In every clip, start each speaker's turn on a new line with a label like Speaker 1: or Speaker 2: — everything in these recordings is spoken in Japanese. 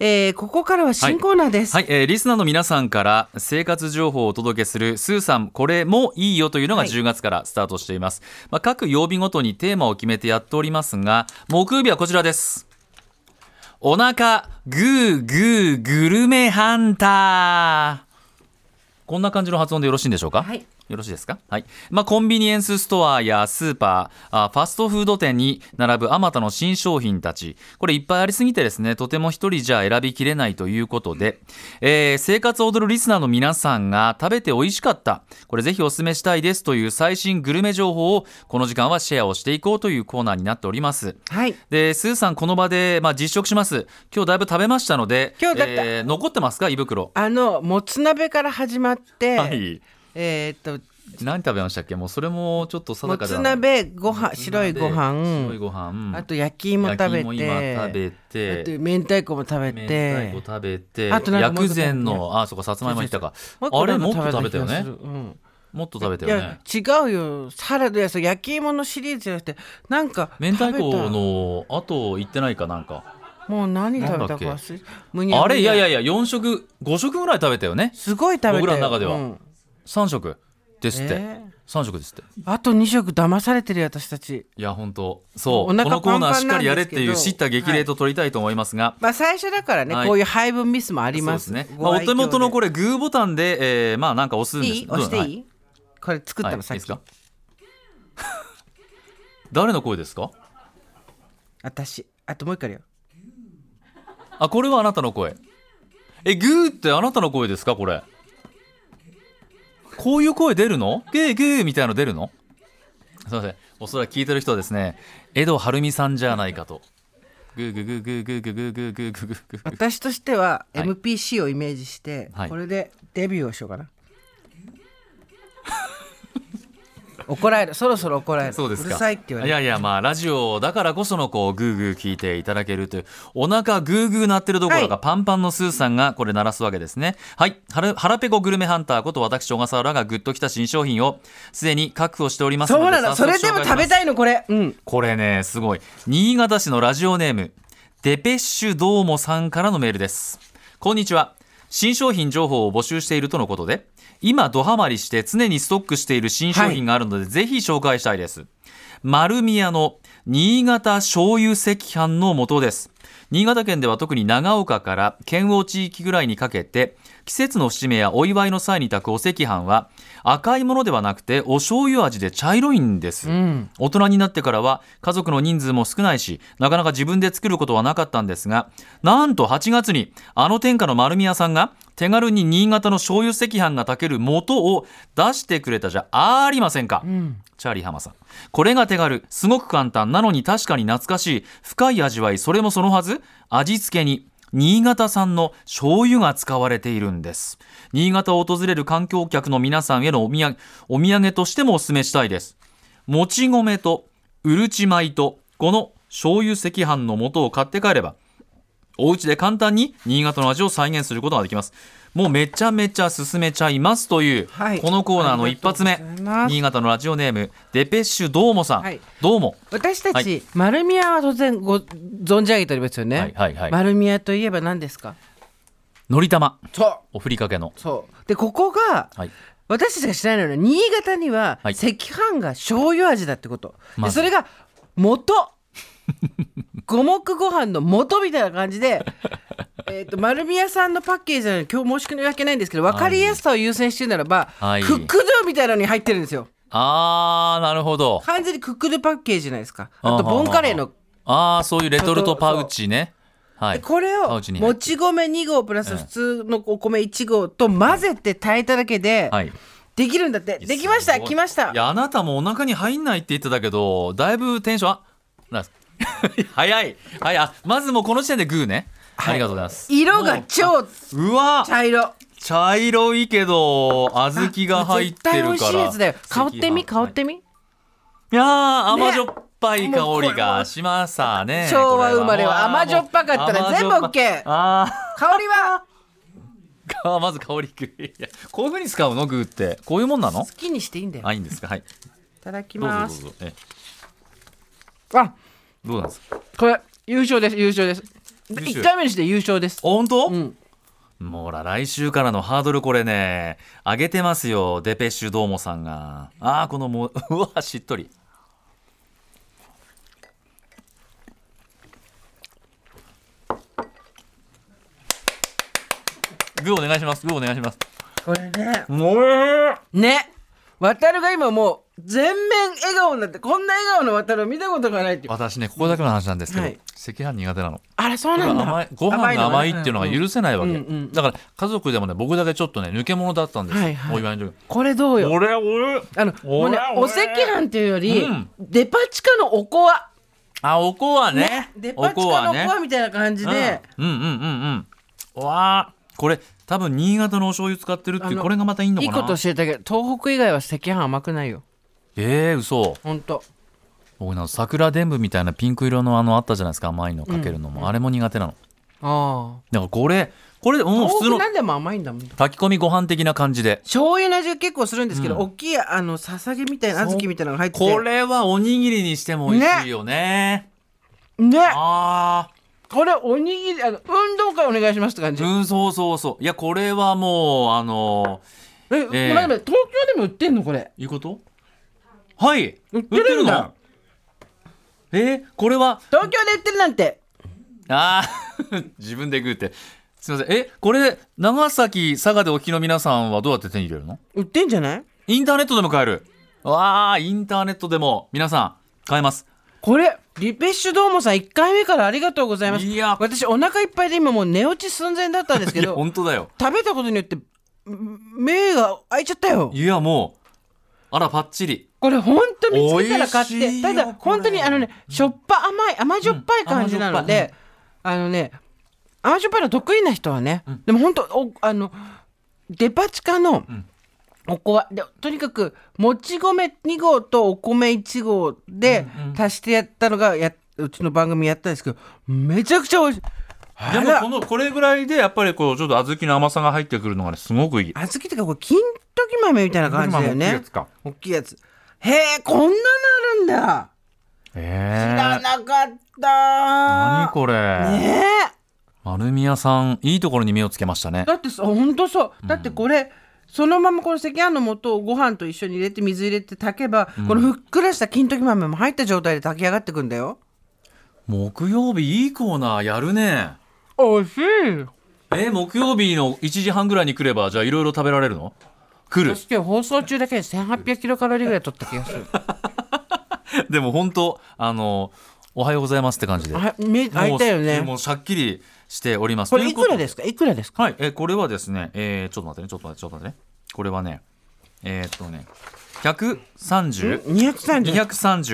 Speaker 1: えーここからは新コーナーです。
Speaker 2: はい、えーリスナーの皆さんから生活情報をお届けするスーさんこれもいいよというのが
Speaker 1: はい
Speaker 2: 10月からスタートしています、まあ、各曜日ごとにテーマを決めてやっておりますが木曜日はこちらですお腹グーグーグルメハンターこんな感じの発音でよろしいんでしょうか
Speaker 1: はい
Speaker 2: よろしいですか、はいまあ、コンビニエンスストアやスーパーあファストフード店に並ぶあまたの新商品たちこれいっぱいありすぎてですねとても一人じゃ選びきれないということで、えー生活を踊るリスナーの皆さんが食べて美味しかったこれぜひお勧めしたいですという最新グルメ情報をこの時間はシェアをしていこうというコーナーになっております。
Speaker 1: はい。
Speaker 2: でスーさんこの場で、まあ、実食します今日だいぶ食べましたので
Speaker 1: 今日だった
Speaker 2: ー残ってますか胃袋
Speaker 1: あのもつ鍋から始まって、
Speaker 2: はい
Speaker 1: えーっと
Speaker 2: 何食べましたっけもうそれもちょっと定
Speaker 1: も
Speaker 2: かで
Speaker 1: つ
Speaker 2: はない
Speaker 1: 鍋ご飯白いご
Speaker 2: 白い
Speaker 1: 飯
Speaker 2: ご飯
Speaker 1: あと焼き芋食べ
Speaker 2: 焼き芋
Speaker 1: て
Speaker 2: 今食べ
Speaker 1: あと
Speaker 2: て
Speaker 1: 明太子も食べて
Speaker 2: 明太子食べて
Speaker 1: あとなんかもう一
Speaker 2: 薬
Speaker 1: 個食べたよね
Speaker 2: 膳のあそうかさつまいもいったか
Speaker 1: もっ
Speaker 2: あ
Speaker 1: とな
Speaker 2: れ
Speaker 1: んか
Speaker 2: もっと食べたよ
Speaker 1: 気がす
Speaker 2: ね
Speaker 1: るうん
Speaker 2: もっと食べた
Speaker 1: い
Speaker 2: よ
Speaker 1: や
Speaker 2: ね
Speaker 1: 違うよサラダやさ焼き芋のシリーズじゃなくてなんか
Speaker 2: 明太子
Speaker 1: 食べた
Speaker 2: のあと行ってないかなんか
Speaker 1: もう何食べたか
Speaker 2: なんだっ
Speaker 1: 忘れむにゃむにゃ
Speaker 2: あれいやいやいや4食5食ぐらい食べたよね
Speaker 1: すごい食べたよ
Speaker 2: 僕らの中では
Speaker 1: うん
Speaker 2: 3食ですって、
Speaker 1: えー
Speaker 2: 3食ですって
Speaker 1: あと2食騙されてるよ私たち
Speaker 2: いや本当そう
Speaker 1: お腹
Speaker 2: このコーナー
Speaker 1: パンパ
Speaker 2: し
Speaker 1: ン
Speaker 2: っ
Speaker 1: な
Speaker 2: か
Speaker 1: んですけど
Speaker 2: りやれっていう叱咤激励と取りたいと思いますが、
Speaker 1: まあ最初だからね、
Speaker 2: はい
Speaker 1: こういう配分ミスもあります
Speaker 2: そうですね、まあ、お手元のこれグーボタンで、えーまあなんか押すん
Speaker 1: れ
Speaker 2: です
Speaker 1: いい押していい、
Speaker 2: はい
Speaker 1: これ作った
Speaker 2: は
Speaker 1: の
Speaker 2: い
Speaker 1: さっ
Speaker 2: いい
Speaker 1: き、
Speaker 2: ですか誰の声ですか
Speaker 1: 私あともう一回やるよ
Speaker 2: あこれはあなたの声えグーってあなたの声ですかこれこういう声出るのグーグーみたいなの出るのすいませんおそらく聞いてる人はですね江戸晴美さんじゃないかとグーグーグーグーグーグーグーグーグーグーグーグーグー
Speaker 1: 私としては
Speaker 2: はい
Speaker 1: MPC をイメージして、
Speaker 2: はい
Speaker 1: これでデビューをしようかな、 怒られるそろそろ怒られる
Speaker 2: そうですか
Speaker 1: うるさいって言われ
Speaker 2: い
Speaker 1: る
Speaker 2: やいやまあラジオだからこそのこうグーグー聞いていただけるというお腹グーグー鳴ってるどころ
Speaker 1: は
Speaker 2: かパンパンのスーさんがこれ鳴らすわけですねはいはら腹ペコグルメハンターこと私小笠原がグッときた新商品をすでに確保しておりますの
Speaker 1: そ
Speaker 2: で
Speaker 1: うなのそれでも食べ
Speaker 2: い
Speaker 1: たいのこれうん
Speaker 2: これねすごい新潟市のラジオネームデペッシュどうもさんからのメールですこんにちは新商品情報を募集しているとのことで今ドハマりして常にストックしている新商品があるので、ぜひ紹介したいです丸宮の新潟醤油赤飯の元です新潟県では特に長岡から県央地域ぐらいにかけて季節の節目やお祝いの際に炊くお赤飯は赤いものではなくてお醤油味で茶色いんです、大人になってからは家族の人数も少ないしなかなか自分で作ることはなかったんですがなんと8月にあの天下の丸宮さんが手軽に新潟の醤油赤飯が炊ける元を出してくれたじゃありませんか、チャーリー浜さんこれが手軽すごく簡単なのに確かに懐かしい深い味わいそれもそのはず味付けに新潟産の醤油が使われているんです新潟を訪れる観光客の皆さんへのお土産お土産としてもお勧めしたいですもち米とうるち米とこの醤油赤飯の素を買って帰ればお家で簡単に新潟の味を再現することができますもうめちゃめちゃ進めちゃいますという、
Speaker 1: はい
Speaker 2: このコーナーの一発
Speaker 1: あ
Speaker 2: 目
Speaker 1: りがとうございます
Speaker 2: 新潟のラジオネームデペッシュどうもさん、
Speaker 1: はい
Speaker 2: どうも
Speaker 1: 私たち、
Speaker 2: はい
Speaker 1: 丸宮は当然ご存じ上げておりますよね、
Speaker 2: はいはいはい
Speaker 1: 丸宮といえば何ですか
Speaker 2: のりたま
Speaker 1: そう
Speaker 2: おふりかけの
Speaker 1: そうでここが、
Speaker 2: はい
Speaker 1: 私たちが知らないのは新潟には
Speaker 2: は
Speaker 1: 赤
Speaker 2: い
Speaker 1: 飯が醤油味だってこと、
Speaker 2: ま
Speaker 1: で
Speaker 2: ず
Speaker 1: それが 元五目ご飯の元みたいな感じ でえーと丸宮さんのパッケージなのに今日申し訳ないんですけど分かりやすさを優先してるならば、
Speaker 2: はい
Speaker 1: クックドゥみたいなのに入ってるんですよ
Speaker 2: あーなるほど
Speaker 1: 完全にクックドゥパッケージじゃないですかあ
Speaker 2: あ
Speaker 1: と
Speaker 2: ー
Speaker 1: ボンカレーの
Speaker 2: あーそういうレトルトパウチねは
Speaker 1: で
Speaker 2: い
Speaker 1: これ
Speaker 2: パ
Speaker 1: を
Speaker 2: ウチに入
Speaker 1: も
Speaker 2: って
Speaker 1: ち米2合プラス普通のお米1合と混ぜて炊いただけで
Speaker 2: はい
Speaker 1: できるんだって、できました
Speaker 2: すごい
Speaker 1: 来ました
Speaker 2: いやあなたもお腹に入んないって言ってたけどだいぶテンションあな 早い早いあまずもうこの時点でグーね、
Speaker 1: はい
Speaker 2: ありがとうございます
Speaker 1: 色が超
Speaker 2: うわ
Speaker 1: 茶色
Speaker 2: 茶色いけど小豆が入ってる
Speaker 1: 絶
Speaker 2: から
Speaker 1: 対美味しいやつだよ香ってみ香ってみ、
Speaker 2: いやー甘じょっぱい香
Speaker 1: もうこ
Speaker 2: り
Speaker 1: れは
Speaker 2: がしましたね
Speaker 1: 昭和生まれは
Speaker 2: こもう
Speaker 1: 甘じょっぱかったら全部
Speaker 2: 甘じょ
Speaker 1: OK
Speaker 2: っぱあ
Speaker 1: 香りは
Speaker 2: ー あまず香りグーいやこういう風に使うのグーってこういうもんなの
Speaker 1: 好きにしていいんだよ、
Speaker 2: あ
Speaker 1: い、
Speaker 2: いいんですかはい
Speaker 1: ただき
Speaker 2: どうぞど
Speaker 1: ま
Speaker 2: う
Speaker 1: す
Speaker 2: ぞえ
Speaker 1: あ
Speaker 2: どうなんですか
Speaker 1: これ優勝です優勝です
Speaker 2: 優勝
Speaker 1: 1回目にして優勝です
Speaker 2: 本当、
Speaker 1: うん
Speaker 2: もうほら来週からのハードルこれね上げてますよデペッシュどーもさんがああこのもう うわしっとりグーお願いしますグーお願いします
Speaker 1: これね
Speaker 2: もう
Speaker 1: ね渡るが今もう全面笑顔になってこんな笑顔の渡るを見たことがないっていう
Speaker 2: 私ねここだけの話なんですけど、
Speaker 1: はい
Speaker 2: 赤飯苦手なの
Speaker 1: あれそうなんだ
Speaker 2: 甘いご飯が甘いっていうのが
Speaker 1: る、
Speaker 2: 許せないわけ、
Speaker 1: うんうん
Speaker 2: だから家族でもね僕だけちょっとね抜け物だったんですよ、
Speaker 1: はいはい
Speaker 2: お祝いの時
Speaker 1: これどうよ
Speaker 2: 俺俺
Speaker 1: あのもうね
Speaker 2: 俺
Speaker 1: お赤飯っていうより、
Speaker 2: うん
Speaker 1: デパ地下のおこわ
Speaker 2: あおこわね
Speaker 1: デ
Speaker 2: お
Speaker 1: パ地
Speaker 2: こ
Speaker 1: 下の
Speaker 2: わ
Speaker 1: おこわみたいな感じで、
Speaker 2: うん、うんうんうんうんわあこれ多分新潟のお醤油使ってるって
Speaker 1: あ
Speaker 2: いう
Speaker 1: の
Speaker 2: これがまたいいの
Speaker 1: いいこ
Speaker 2: か
Speaker 1: と
Speaker 2: な
Speaker 1: 教えてあげる東北以外は赤飯甘くないよ
Speaker 2: えー、嘘
Speaker 1: ほんと
Speaker 2: 僕な桜伝舞みたいなピンク色のあのあったじゃないですか甘いのかけるのも、あれも苦手なの
Speaker 1: あ
Speaker 2: だからこれこれうん
Speaker 1: あ東
Speaker 2: 普通
Speaker 1: 北
Speaker 2: の
Speaker 1: なんでも甘いんだもん
Speaker 2: 炊き込みご飯的な感じで
Speaker 1: 醤油の味が結構するんですけど、
Speaker 2: うん
Speaker 1: 大きいあのささげみたいな小豆みたいなのが入ってて
Speaker 2: これはおにぎりにしても美味しいよね
Speaker 1: ね
Speaker 2: ああ
Speaker 1: これおにぎりあの運動会お願いしますって感じ、
Speaker 2: う
Speaker 1: え
Speaker 2: んそうそうそういやこれはもうあの
Speaker 1: 待って待って東京でも売ってんのこれ
Speaker 2: いうことはい
Speaker 1: 売ってるんだ
Speaker 2: 売ってるのえーこれは
Speaker 1: 東京で売ってるなんて
Speaker 2: ああ自分でグー ってすみませんえこれ長崎佐賀でお聞きの皆さんはどうやって手に入れるの
Speaker 1: 売ってんじゃない
Speaker 2: インターネットでも買えるわあインターネットでも皆さん買えます
Speaker 1: これリペッシュどうもさん1回目からありがとうございます
Speaker 2: いや
Speaker 1: 私お腹いっぱいで今もう寝落ち寸前だったんですけ
Speaker 2: いや
Speaker 1: ど
Speaker 2: 本当だよ
Speaker 1: 食べたことによってん目が開いちゃったよ
Speaker 2: いやもうあらパッチリ
Speaker 1: これ本当見つけたら買っ
Speaker 2: 美味しい
Speaker 1: てた
Speaker 2: よ
Speaker 1: だ
Speaker 2: これ
Speaker 1: 本当にあのねしょっぱ甘い甘じょっぱい感じなので、あのね甘じょっぱいの得意な人はね、でも本当おあのデパ地下のおこわでとにかくもち米2号とお米1号で足してやったのがやうちの番組やったんですけどめちゃくちゃ美味しいあ
Speaker 2: で
Speaker 1: ら
Speaker 2: もこのこれぐらいでやっぱりこうちょっと小豆の甘さが入ってくるのがねすごくいい
Speaker 1: 小豆とかこれ金時豆みたいな感じだよね
Speaker 2: 金時豆大きいや
Speaker 1: 大きい
Speaker 2: つか
Speaker 1: やつへえこんなのあるんだ知
Speaker 2: え
Speaker 1: ら
Speaker 2: ー、
Speaker 1: なかった
Speaker 2: 何これ、
Speaker 1: ね
Speaker 2: 丸宮さんいいところに目をつけましたね
Speaker 1: えだってさほんとそうだってこれ、そのままこの赤飯の素をご飯と一緒に入れて水入れて炊けば、このふっくらした金時豆も入った状態で炊き上がってくんだよ
Speaker 2: 木曜日いいコーナーやるね
Speaker 1: おいしい
Speaker 2: え木曜日の1時半ぐらいに来ればじゃあいろいろ食べられるの来る
Speaker 1: 私今日放送中だけで1800キロカロリーぐらい取った気がする
Speaker 2: でも本当あのおはようございますって感じで
Speaker 1: あ目開いたよ
Speaker 2: も
Speaker 1: ね
Speaker 2: うしゃっきりしております
Speaker 1: これいくら
Speaker 2: という
Speaker 1: ですかいくらです
Speaker 2: こ
Speaker 1: か
Speaker 2: とではいえこれはですねえーちょっと待ってねちょっと待ってちょっと待ってねこれはねえーっとね130
Speaker 1: 230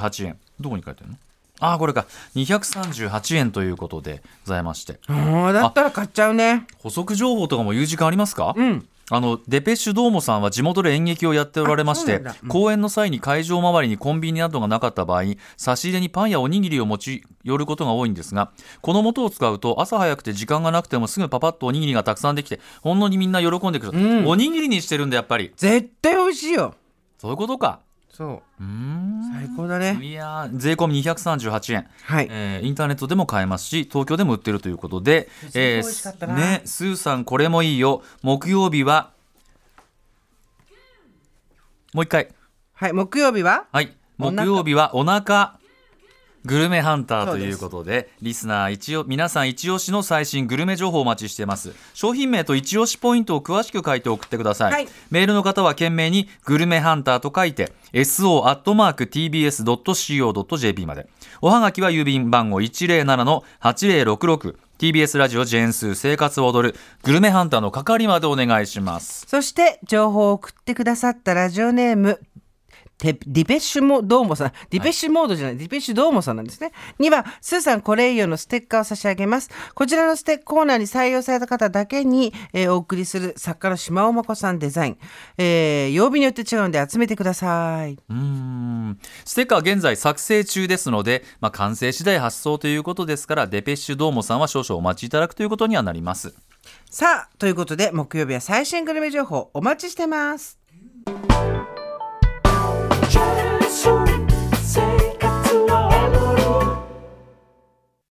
Speaker 2: 238円どこに書いてるのああこれか238円ということでございまして
Speaker 1: ああだったら買っちゃうね
Speaker 2: 補足情報とかも言う時間ありますか、
Speaker 1: ん
Speaker 2: あのデペッシュどーもさんは地元で演劇をやっておられまし
Speaker 1: あ
Speaker 2: て
Speaker 1: そうなんだ、うん
Speaker 2: 公演の際に会場周りにコンビニなどがなかった場合差し入れにパンやおにぎりを持ち寄ることが多いんですがこの元を使うと朝早くて時間がなくてもすぐパパッとおにぎりがたくさんできてほんのにみんな喜んでくる、
Speaker 1: ん
Speaker 2: おにぎりにしてるんだやっぱり
Speaker 1: 絶対美味しいよ
Speaker 2: そういうことか
Speaker 1: そう
Speaker 2: うーん
Speaker 1: 最高だね
Speaker 2: いやー税込み238円
Speaker 1: はい
Speaker 2: えーインターネットでも買えますし東京でも売ってるということで、
Speaker 1: ごい美味しかったな
Speaker 2: ね、スーさんこれもいいよ木曜日はもう一回
Speaker 1: はい木曜日は
Speaker 2: はい
Speaker 1: お腹
Speaker 2: 木曜日はお腹グルメハンター
Speaker 1: そ
Speaker 2: と
Speaker 1: うです
Speaker 2: いうことでリスナー一応皆さん一押しの最新グルメ情報をお待ちしています商品名と一押しポイントを詳しく書いて送ってください、
Speaker 1: はい
Speaker 2: メールの方は懸命にグルメハンターと書いて so.tbs.co.jp までおはがきは郵便番号 107-8066TBS ラジオジェーンスー生活を踊るグルメハンターの係までお願いします
Speaker 1: そして情報を送ってくださったラジオネームてディペッシュモドーモさんディペッシュモードじゃない、ディペッシュドーモさんなんですねにはスーさんこれ以上のステッカーを差し上げますこちらのステッコーナーに採用された方だけに、えーお送りする作家の島尾真子さんデザイン、えー曜日によって違うので集めてください
Speaker 2: うんステッカーは現在作成中ですので、まあ、完成次第発送ということですからデペッシュどーもさんは少々お待ちいただくということにはなります
Speaker 1: さあということで木曜日は最新グルメ情報お待ちしてます